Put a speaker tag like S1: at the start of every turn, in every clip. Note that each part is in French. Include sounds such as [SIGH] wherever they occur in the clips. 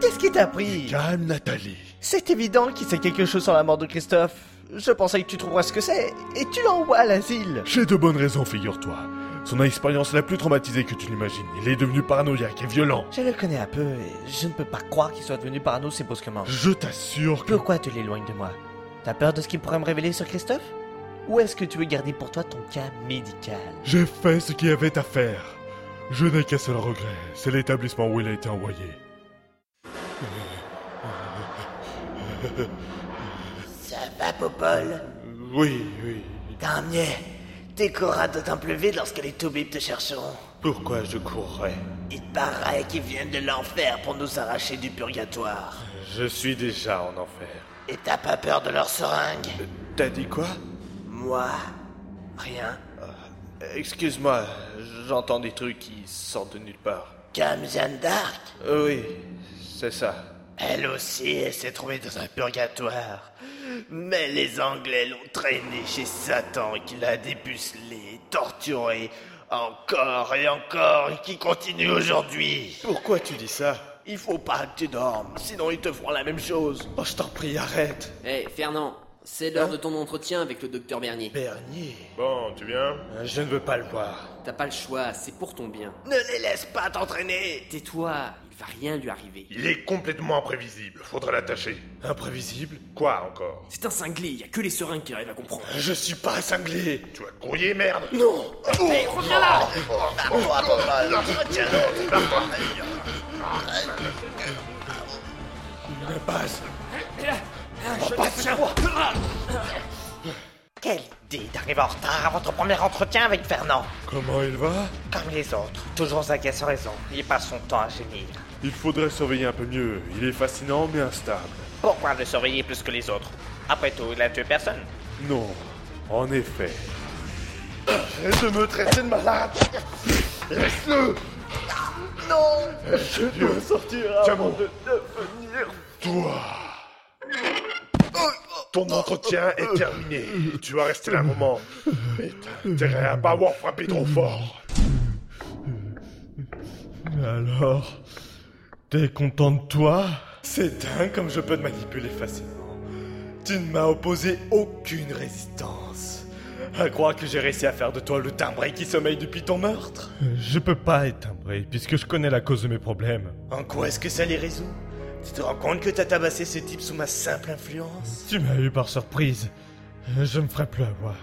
S1: Qu'est-ce qui t'a pris
S2: Calme, Nathalie.
S1: C'est évident qu'il sait quelque chose sur la mort de Christophe. Je pensais que tu trouveras ce que c'est, et tu l'envoies à l'asile.
S2: J'ai de bonnes raisons, figure-toi. Son expérience la plus traumatisée que tu l'imagines. Il est devenu paranoïaque et violent.
S1: Je le connais un peu, et je ne peux pas croire qu'il soit devenu parano si brusquement.
S2: Je t'assure que...
S1: Pourquoi tu l'éloignes de moi T'as peur de ce qu'il pourrait me révéler sur Christophe Ou est-ce que tu veux garder pour toi ton cas médical
S2: J'ai fait ce qu'il y avait à faire. Je n'ai qu'un seul regret, c'est l'établissement où il a été envoyé.
S3: Ça va, Popol
S2: Oui, oui.
S3: Tant mieux. Tes courras d'autant plus vite lorsque les Toubibs te chercheront.
S2: Pourquoi je courrais
S3: Il paraît qu'ils viennent de l'enfer pour nous arracher du purgatoire.
S2: Je suis déjà en enfer.
S3: Et t'as pas peur de leur seringue
S2: T'as dit quoi
S3: Moi Rien.
S2: Euh, Excuse-moi, j'entends des trucs qui sortent de nulle part.
S3: Comme Jeanne d'Arc
S2: Oui, c'est ça.
S3: Elle aussi, elle s'est trouvée dans un purgatoire. Mais les Anglais l'ont traînée chez Satan qui l'a dépucelée, torturée, encore et encore, et qui continue aujourd'hui.
S2: Pourquoi tu dis ça
S3: Il faut pas que tu dormes, sinon ils te feront la même chose.
S2: Oh, je t'en prie, arrête.
S4: Hé, Fernand, c'est l'heure de ton entretien avec le docteur Bernier.
S3: Bernier,
S2: Bon, tu viens Je ne veux pas le voir.
S4: T'as pas le choix, c'est pour ton bien.
S3: ne les laisse pas t'entraîner
S4: Tais-toi, il va rien lui arriver.
S5: Il est complètement imprévisible, faudra l'attacher.
S2: Imprévisible
S5: Quoi encore
S4: C'est un cinglé, y a que les seringues qui arrivent à comprendre.
S2: Je suis pas un cinglé
S5: Tu as grouillé, merde
S4: Non
S3: Reviens là Barre-toi, Popol Retiens l'autre, barre-toi.
S2: Ne passe
S3: Ah.
S1: Quelle idée d'arriver en retard à votre premier entretien avec Fernand
S2: Comment il va
S1: Comme les autres, toujours à casse raison, il passe son temps à gémir.
S2: Il faudrait surveiller un peu mieux. Il est fascinant mais instable.
S1: Pourquoi le surveiller plus que les autres Après tout, il a tué personne.
S2: Non, en effet.
S5: Arrête de me traiter de malade Laisse-le
S2: Je dois sortir
S5: avant
S2: de devenir... Toi
S5: Ton entretien est terminé. Tu vas rester là un moment. Mais t'as intérêt à pas avoir frappé trop fort.
S2: Alors, t'es content de toi C'est dingue comme je peux te manipuler facilement. Tu ne m'as opposé aucune résistance. À croire que j'ai réussi à faire de toi le timbré qui sommeille depuis ton meurtre
S6: Je peux pas être timbré, puisque je connais la cause de mes problèmes.
S2: En quoi est-ce que ça les résout Tu te rends compte que t'as tabassé ce type sous ma simple influence
S6: Tu m'as eu par surprise. Je me ferai plus avoir.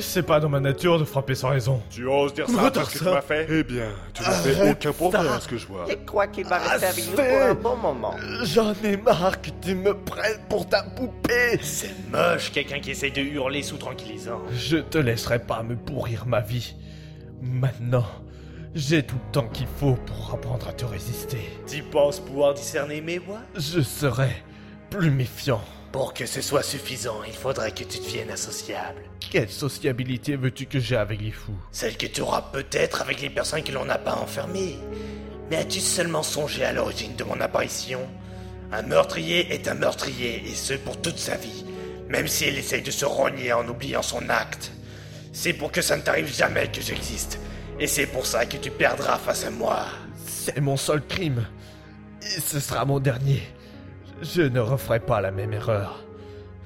S6: C'est pas dans ma nature de frapper sans raison.
S5: Tu oses dire ça parce que tu m'as fait
S2: Eh bien, tu n'as fait aucun progrès à ce que je vois.
S1: Je crois qu'il va rester avec nous pour un bon moment.
S2: J'en ai marre que tu me prennes pour ta poupée
S1: C'est moche, quelqu'un qui essaye de hurler sous tranquillisant.
S6: Je te laisserai pas me pourrir ma vie. Maintenant, j'ai tout le temps qu'il faut pour apprendre à te résister.
S1: Tu penses pouvoir discerner mes voix
S6: Je serai plus méfiant.
S3: Pour que ce soit suffisant, il faudrait que tu deviennes associable.
S6: Quelle sociabilité veux-tu que j'ai avec les fous
S3: Celle que tu auras peut-être avec les personnes que l'on n'a pas enfermées. Mais as-tu seulement songé à l'origine de mon apparition Un meurtrier est un meurtrier, et ce pour toute sa vie, même si elle essaye de se rogner en oubliant son acte. C'est pour que ça ne t'arrive jamais que j'existe, et c'est pour ça que tu perdras face à moi.
S6: C'est mon seul crime. Et ce sera mon dernier. Je ne referai pas la même erreur.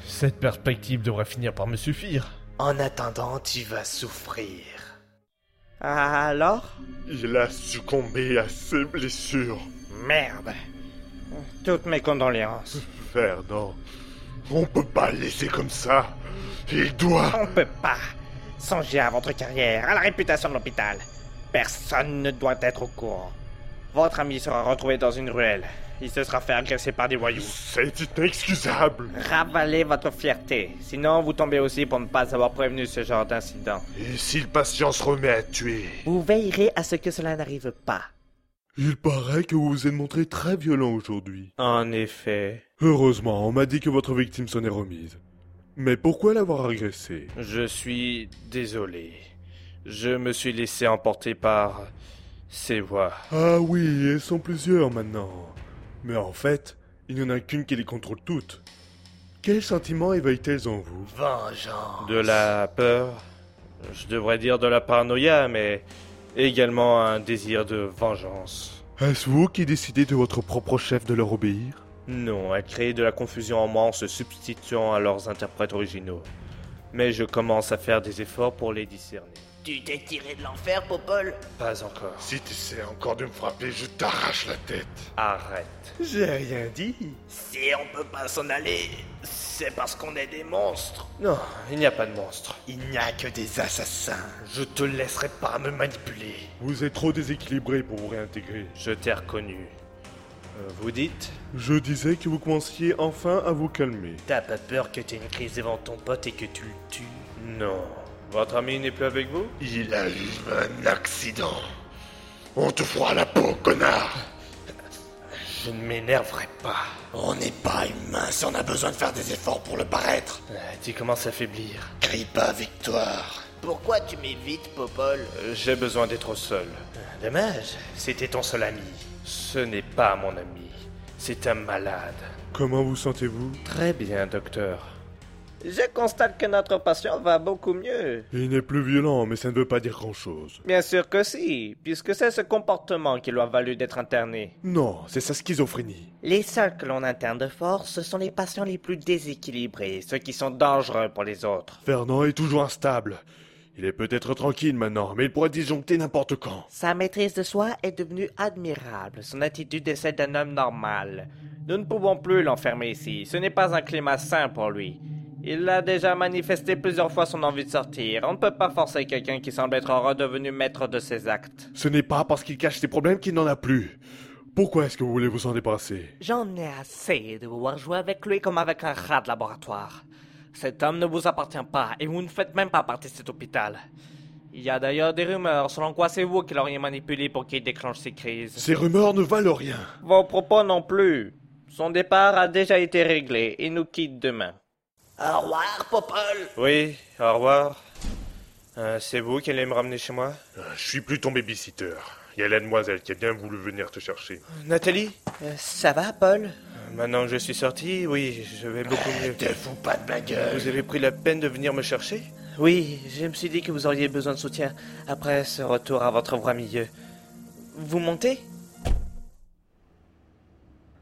S6: Cette perspective devrait finir par me suffire.
S3: En attendant, tu vas souffrir.
S1: Ah, Alors
S5: Il a succombé à ses blessures.
S1: Merde. Toutes mes condoléances.
S5: Fernand, on peut pas le laisser comme ça. Il doit...
S1: On peut pas. Songez à votre carrière, à la réputation de l'hôpital. Personne ne doit être au courant. Votre ami sera retrouvé dans une ruelle. Il se sera fait agresser par des voyous.
S5: C'est inexcusable.
S1: Ravalez votre fierté, sinon vous tombez aussi pour ne pas avoir prévenu ce genre d'incident.
S5: Et si le patient se remet à tuer
S1: Vous veillerez à ce que cela n'arrive pas.
S2: Il paraît que vous vous êtes montré très violent aujourd'hui.
S1: En effet,
S2: Heureusement, on m'a dit que votre victime s'en est remise. Mais pourquoi l'avoir agressée
S1: je suis désolé. Je me suis laissé emporter par ces voix.
S2: Ah oui, elles sont plusieurs maintenant. Mais en fait, il n'y en a qu'une qui les contrôle toutes. Quels sentiments éveillent-elles en vous
S3: Vengeance.
S7: De la peur, je devrais dire de la paranoïa, mais également un désir de vengeance.
S2: Est-ce vous qui décidez de votre propre chef de leur obéir
S7: Non, elle crée de la confusion en moi en se substituant à leurs interprètes originaux. Mais je commence à faire des efforts pour les discerner.
S8: Tu t'es tiré de l'enfer, Popol
S7: Pas encore.
S5: Si tu sais encore de me frapper, je t'arrache la tête.
S7: Arrête.
S2: J'ai rien dit.
S8: Si on peut pas s'en aller, c'est parce qu'on est des monstres.
S7: Non, il n'y a pas de monstre.
S9: Il n'y a que des assassins. Je te laisserai pas me manipuler.
S2: Vous êtes trop déséquilibré pour vous réintégrer.
S7: Je t'ai reconnu. Euh, vous dites
S2: Je disais que vous commenciez enfin à vous calmer.
S9: T'as pas peur que t'aies une crise devant ton pote et que tu le tues
S7: Non. Votre ami n'est plus avec vous
S5: Il a eu un accident. On te fera la peau, connard.
S9: Je ne m'énerverai pas.
S8: On n'est pas humains si on a besoin de faire des efforts pour le paraître.
S9: Euh, tu commences à faiblir.
S8: Crie pas victoire. Pourquoi tu m'évites, Popol
S7: Euh, J'ai besoin d'être seul.
S9: Euh, Dommage, c'était ton seul ami.
S7: Ce n'est pas mon ami. C'est un malade.
S2: Comment vous sentez-vous
S7: Très bien, docteur.
S3: Je constate que notre patient va beaucoup mieux.
S2: Il n'est plus violent, mais ça ne veut pas dire grand-chose.
S3: Bien sûr que si, puisque c'est ce comportement qui lui a valu d'être interné.
S2: Non, c'est sa schizophrénie.
S3: Les seuls que l'on interne de force, ce sont les patients les plus déséquilibrés, ceux qui sont dangereux pour les autres.
S2: Fernand est toujours instable. Il est peut-être tranquille maintenant, mais il pourrait disjoncter n'importe quand.
S3: Sa maîtrise de soi est devenue admirable, son attitude est celle d'un homme normal. Nous ne pouvons plus l'enfermer ici, ce n'est pas un climat sain pour lui. Il a déjà manifesté plusieurs fois son envie de sortir, on ne peut pas forcer quelqu'un qui semble être redevenu maître de ses actes.
S2: Ce n'est pas parce qu'il cache ses problèmes qu'il n'en a plus. Pourquoi est-ce que vous voulez vous en débarrasser
S3: J'en ai assez de vous voir jouer avec lui comme avec un rat de laboratoire. Cet homme ne vous appartient pas et vous ne faites même pas partie de cet hôpital. Il y a d'ailleurs des rumeurs selon quoi c'est vous qui l'auriez manipulé pour qu'il déclenche ses crises.
S2: Ces rumeurs ne valent rien.
S3: Vos propos non plus. Son départ a déjà été réglé et nous quitte demain.
S8: Au revoir, Popol
S7: Oui, au revoir. Euh, c'est vous qui allez me ramener chez moi
S5: Euh, Je suis plus ton babysitter. Il y a la demoiselle qui a bien voulu venir te chercher.
S7: Nathalie
S3: Euh,
S7: Euh,
S3: ça va, Paul
S7: Maintenant que je suis sorti, oui, je vais beaucoup mieux.
S9: Te fous pas de ma gueule.
S7: Vous avez pris la peine de venir me chercher Oui, je me suis dit que vous auriez besoin de soutien après ce retour à votre voie milieu. Vous montez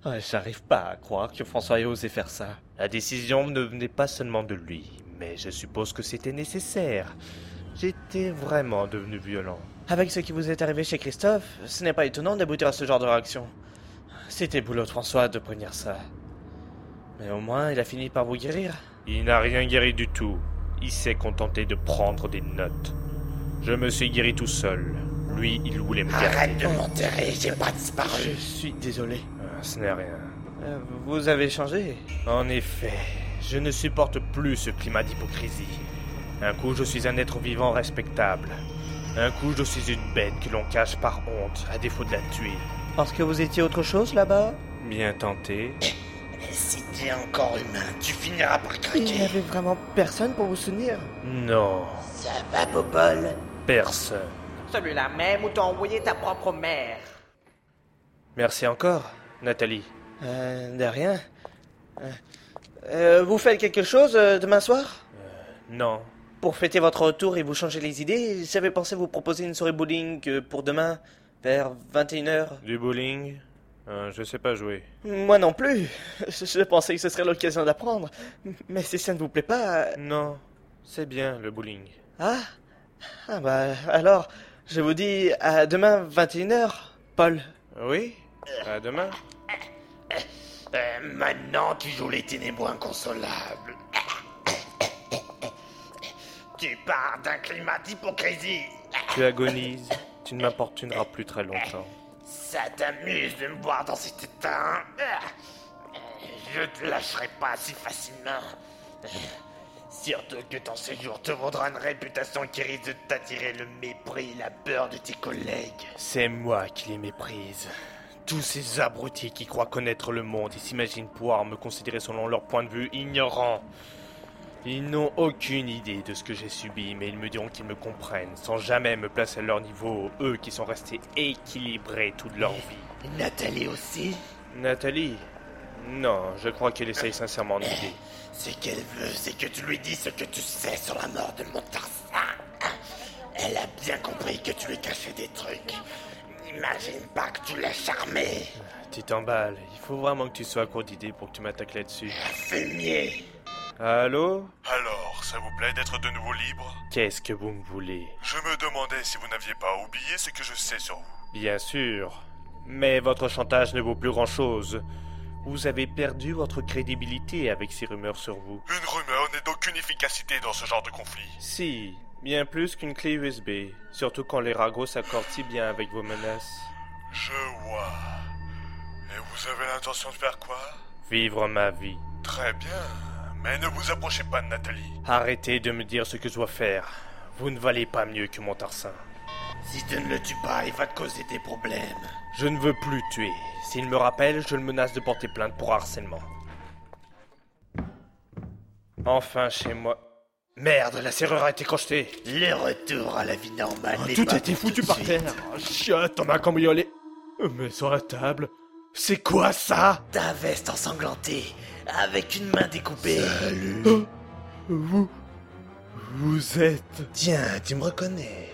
S7: Ah, J'arrive pas à croire que François ait osé faire ça. La décision ne venait pas seulement de lui, mais je suppose que c'était nécessaire. J'étais vraiment devenu violent. Avec ce qui vous est arrivé chez Christophe, ce n'est pas étonnant d'aboutir à ce genre de réaction. C'était boulot de François de prévenir ça. Mais au moins, il a fini par vous guérir. Il n'a rien guéri du tout. Il s'est contenté de prendre des notes. Je me suis guéri tout seul. Lui, il voulait me
S9: Arrête de m'enterrer, j'ai pas disparu.
S7: suis désolé. Euh, ce n'est rien. vous avez changé En effet, je ne supporte plus ce climat d'hypocrisie. Un coup, je suis un être vivant respectable. Un coup, je suis une bête que l'on cache par honte, à défaut de la tuer.
S3: Parce que vous étiez autre chose là-bas
S7: Bien tenté.
S9: Et si t'es encore humain, tu finiras par
S3: Il n'y
S9: craquer.
S3: avait vraiment personne pour vous soutenir
S7: Non,
S8: Ça va, Popol
S7: personne.
S8: Celui-là même où t'as envoyé ta propre mère.
S7: Merci encore, Nathalie.
S3: Euh, de rien. Euh, euh, vous faites quelque chose euh, demain soir
S7: Non,
S3: Pour fêter votre retour et vous changer les idées, j'avais pensé vous proposer une soirée bowling euh, pour demain, vers 21h.
S7: du bowling euh, Je sais pas jouer.
S3: Moi non plus. Je, je pensais que ce serait l'occasion d'apprendre. M- Mais si ça ne vous plaît pas... euh,
S7: Non, c'est bien le bowling.
S3: Ah Ah bah alors, je vous dis à demain 21h, Paul.
S7: Oui À demain
S9: Euh, maintenant, tu joues les ténébreux inconsolables. tu pars d'un climat d'hypocrisie.
S7: Tu agonises, tu ne m'importuneras plus très longtemps.
S9: Ça t'amuse de me voir dans cet état, hein Euh, Je te lâcherai pas si facilement. Surtout que ton séjour te vaudra une réputation qui risque de t'attirer le mépris et la peur de tes collègues.
S7: C'est moi qui les méprise. Tous ces abrutis qui croient connaître le monde et s'imaginent pouvoir me considérer selon leur point de vue ignorant. Ils n'ont aucune idée de ce que j'ai subi, mais ils me diront qu'ils me comprennent, sans jamais me placer à leur niveau, eux qui sont restés équilibrés toute leur vie.
S9: Nathalie aussi
S7: Nathalie Non, je crois qu'elle essaye sincèrement de m'aider.
S9: Ce qu'elle veut, c'est que tu lui dis ce que tu sais sur la mort de Montarsa. Elle a bien compris que tu lui cachais des trucs.
S3: N'imagine pas que tu laisses charmer.
S7: [COUGHS] Tu t'emballes, il faut vraiment que tu sois à court d'idées pour que tu m'attaques là-dessus.
S3: Fumier.
S7: Allô
S10: Alors, ça vous plaît d'être de nouveau libre
S7: Qu'est-ce que vous me voulez
S10: Je me demandais si vous n'aviez pas oublié ce que je sais sur vous.
S7: Bien sûr. Mais votre chantage ne vaut plus grand-chose. Vous avez perdu votre crédibilité avec ces rumeurs sur vous.
S10: Une rumeur n'est d'aucune efficacité dans ce genre de conflit.
S7: Si, bien plus qu'une clé USB. Surtout quand les ragots s'accordent si bien avec vos menaces.
S10: Je vois. Et vous avez l'intention de faire quoi
S7: Vivre ma vie.
S10: Très bien. Mais ne vous approchez pas de Nathalie.
S7: Arrêtez de me dire ce que je dois faire. Vous ne valez pas mieux que mon tarsin.
S9: Si tu ne le tues pas, il va te causer des problèmes.
S7: Je ne veux plus tuer. S'il me rappelle, je le menace de porter plainte pour harcèlement. Enfin chez moi. Merde, la serrure a été crochetée.
S9: Le retour à la vie normale. n'est
S7: Oh, Ah, Tout
S9: pas
S7: a été
S9: pour
S7: foutu
S9: tout de
S7: par
S9: suite.
S7: terre. Un Chiotte, on m'a cambriolé. Euh, Mais sur la table. C'est quoi ça
S9: Ta veste ensanglantée, avec une main découpée.
S7: Oh. Vous êtes.
S9: Tiens, tu me reconnais.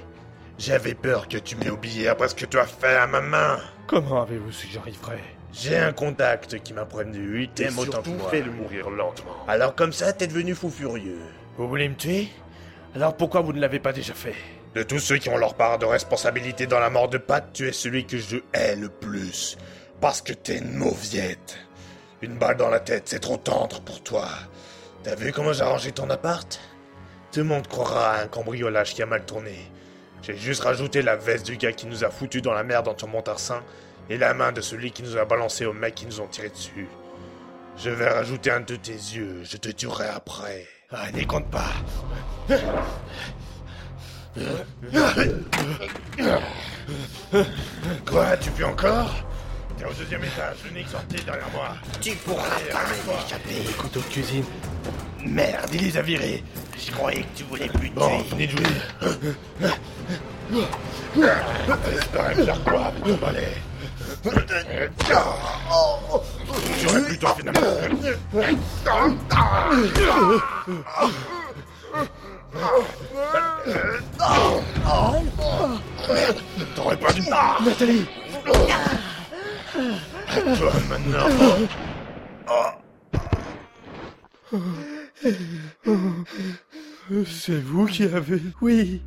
S10: J'avais peur que tu m'aies oublié après ce que tu as fait à ma main.
S7: Comment avez-vous su que j'arriverais
S9: J'ai un contact qui m'a prévenu, il
S10: Et
S9: t'aime autant que
S10: surtout,
S9: moi.
S10: fais-le mourir lentement.
S9: Alors comme ça, t'es devenu fou furieux.
S7: Vous voulez me tuer Alors pourquoi vous ne l'avez pas déjà fait
S9: De tous ceux qui ont leur part de responsabilité dans la mort de Pat, tu es celui que je hais le plus. Parce que t'es une mauviette. Une balle dans la tête, c'est trop tendre pour toi. T'as vu comment j'ai arrangé ton appart Tout le monde croira à un cambriolage qui a mal tourné. J'ai juste rajouté la veste du gars qui nous a foutus dans la merde en tombant Montarsin et la main de celui qui nous a balancé aux mecs qui nous ont tiré dessus. Je vais rajouter un de tes yeux, je te tuerai après. Ah, n'y compte pas.
S10: Quoi, tu peux encore T'es au deuxième étage, l'unique sortie derrière moi.
S9: Tu pourras pas m'échapper.
S7: Couteau de cuisine.
S9: Merde, il les a virés. Je croyais que tu voulais plus
S10: Bon, finis de jouer. J'espérais me faire quoi avec ton balai
S9: Euh,
S10: J'aurais plutôt finalement. Merde, T'aurais pas dû. Nathalie Toi maintenant
S2: C'est vous qui avez.
S7: Oui.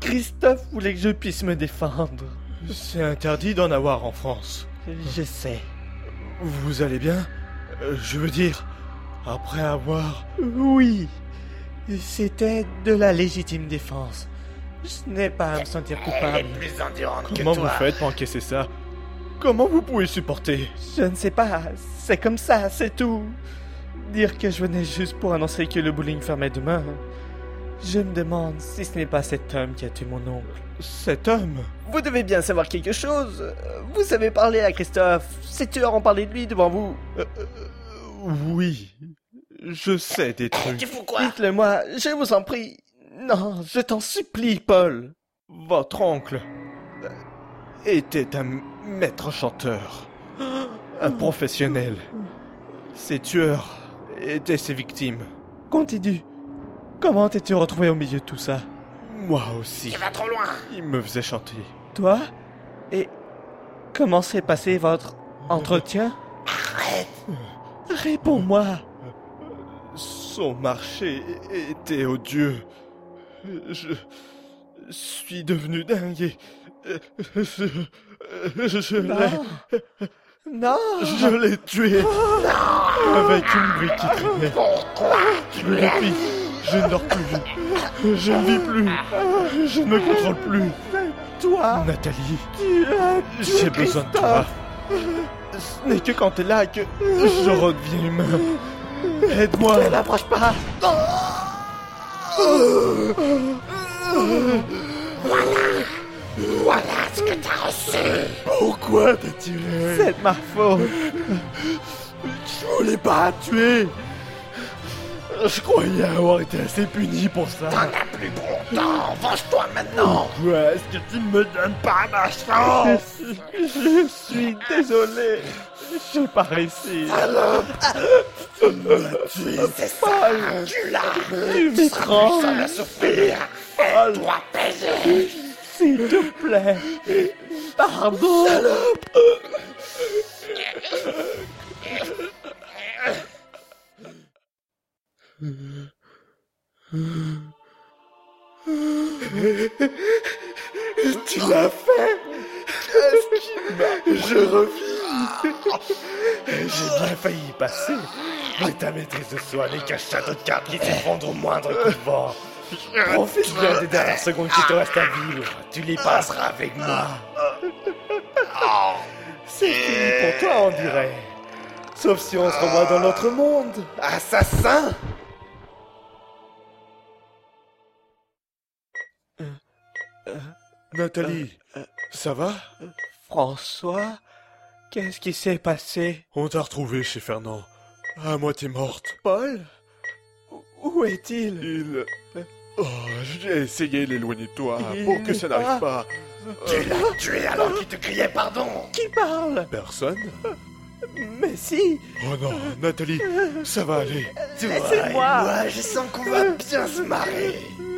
S7: Christophe voulait que je puisse me défendre.
S2: C'est interdit d'en avoir en France.
S7: Je sais.
S2: Vous allez bien Euh, Je veux dire, après avoir.
S7: Oui. C'était de la légitime défense. Je n'ai pas à me sentir
S3: Elle
S7: coupable.
S3: est plus endurante que
S2: Comment
S3: toi.
S2: vous faites pour encaisser ça Comment vous pouvez supporter
S7: Je ne sais pas. C'est comme ça, c'est tout. Dire que je venais juste pour annoncer que le bowling fermait demain. Je me demande si ce n'est pas cet homme qui a tué mon oncle.
S2: Cet homme
S7: Vous devez bien savoir quelque chose. Euh, Vous savez parler à Christophe. Ces tueurs ont parlé de lui devant vous.
S2: Euh, Oui. Je sais des trucs.
S3: Tu fous quoi
S7: Dites-le moi, je vous en prie. Non, je t'en supplie, Paul.
S2: Votre oncle euh, était un maître chanteur, un professionnel. Ses tueurs étaient ses victimes.
S7: Continue. Comment t'es-tu retrouvé au milieu de tout ça
S2: Moi aussi.
S3: Tu vas trop loin.
S2: Il me faisait chanter.
S7: Toi Et comment s'est passé votre entretien Arrête Réponds-moi
S2: Son marché était odieux. Je suis devenu dingue et euh, je, je, je l'ai,
S7: Non Non
S2: je l'ai tué avec une brique qui traînait. Je me répis, je ne dors plus, je ne vis plus, je ne me contrôle plus.
S7: Toi
S2: Nathalie,
S7: Tu as tué
S2: j'ai besoin de toi.
S7: Christophe.
S2: Ce n'est que quand t'es là que je redeviens humain. Aide-moi.
S7: Ne l'approche pas
S2: Pourquoi t'as tiré
S7: C'est de ma faute
S2: Je voulais pas la tuer Je croyais avoir été assez puni pour ça
S7: Ah,
S3: Non, venge-toi maintenant.
S2: Pourquoi est-ce que tu me donnes pas ma chance
S7: Je suis désolé J'ai pas réussi
S3: C'est ça. Tu l'as.
S7: Tu m'étranges
S3: Ça la souffrir. Elle doit peser. S'il te plaît. Pardon.
S2: Tu l'as fait Je revis
S9: J'ai bien failli y passer, mais ta maîtrise de soi n'est qu'un château de cartes qui s'effondre au moindre coup de vent. Profite bien des dernières secondes qui te restent à vivre, tu les passeras avec moi. C'est fini pour toi, on dirait. Sauf si on se revoit dans notre monde, assassin
S2: Nathalie, ça va
S3: Euh, François Qu'est-ce qui s'est passé
S2: On t'a retrouvé chez Fernand. À moitié morte.
S3: Paul Où- Où est-il
S2: Il... Oh, j'ai essayé de l'éloigner de toi
S3: Il
S2: pour que
S3: n'est
S2: ça
S3: pas-
S2: n'arrive pas.
S9: Tu l'as tué alors qu'il te criait pardon
S3: Qui parle
S2: Personne
S3: Mais si
S2: Oh non, Nathalie, ça va aller.
S9: Tu vois,
S3: Laissez-moi.
S9: et moi, je sens qu'on va bien se marrer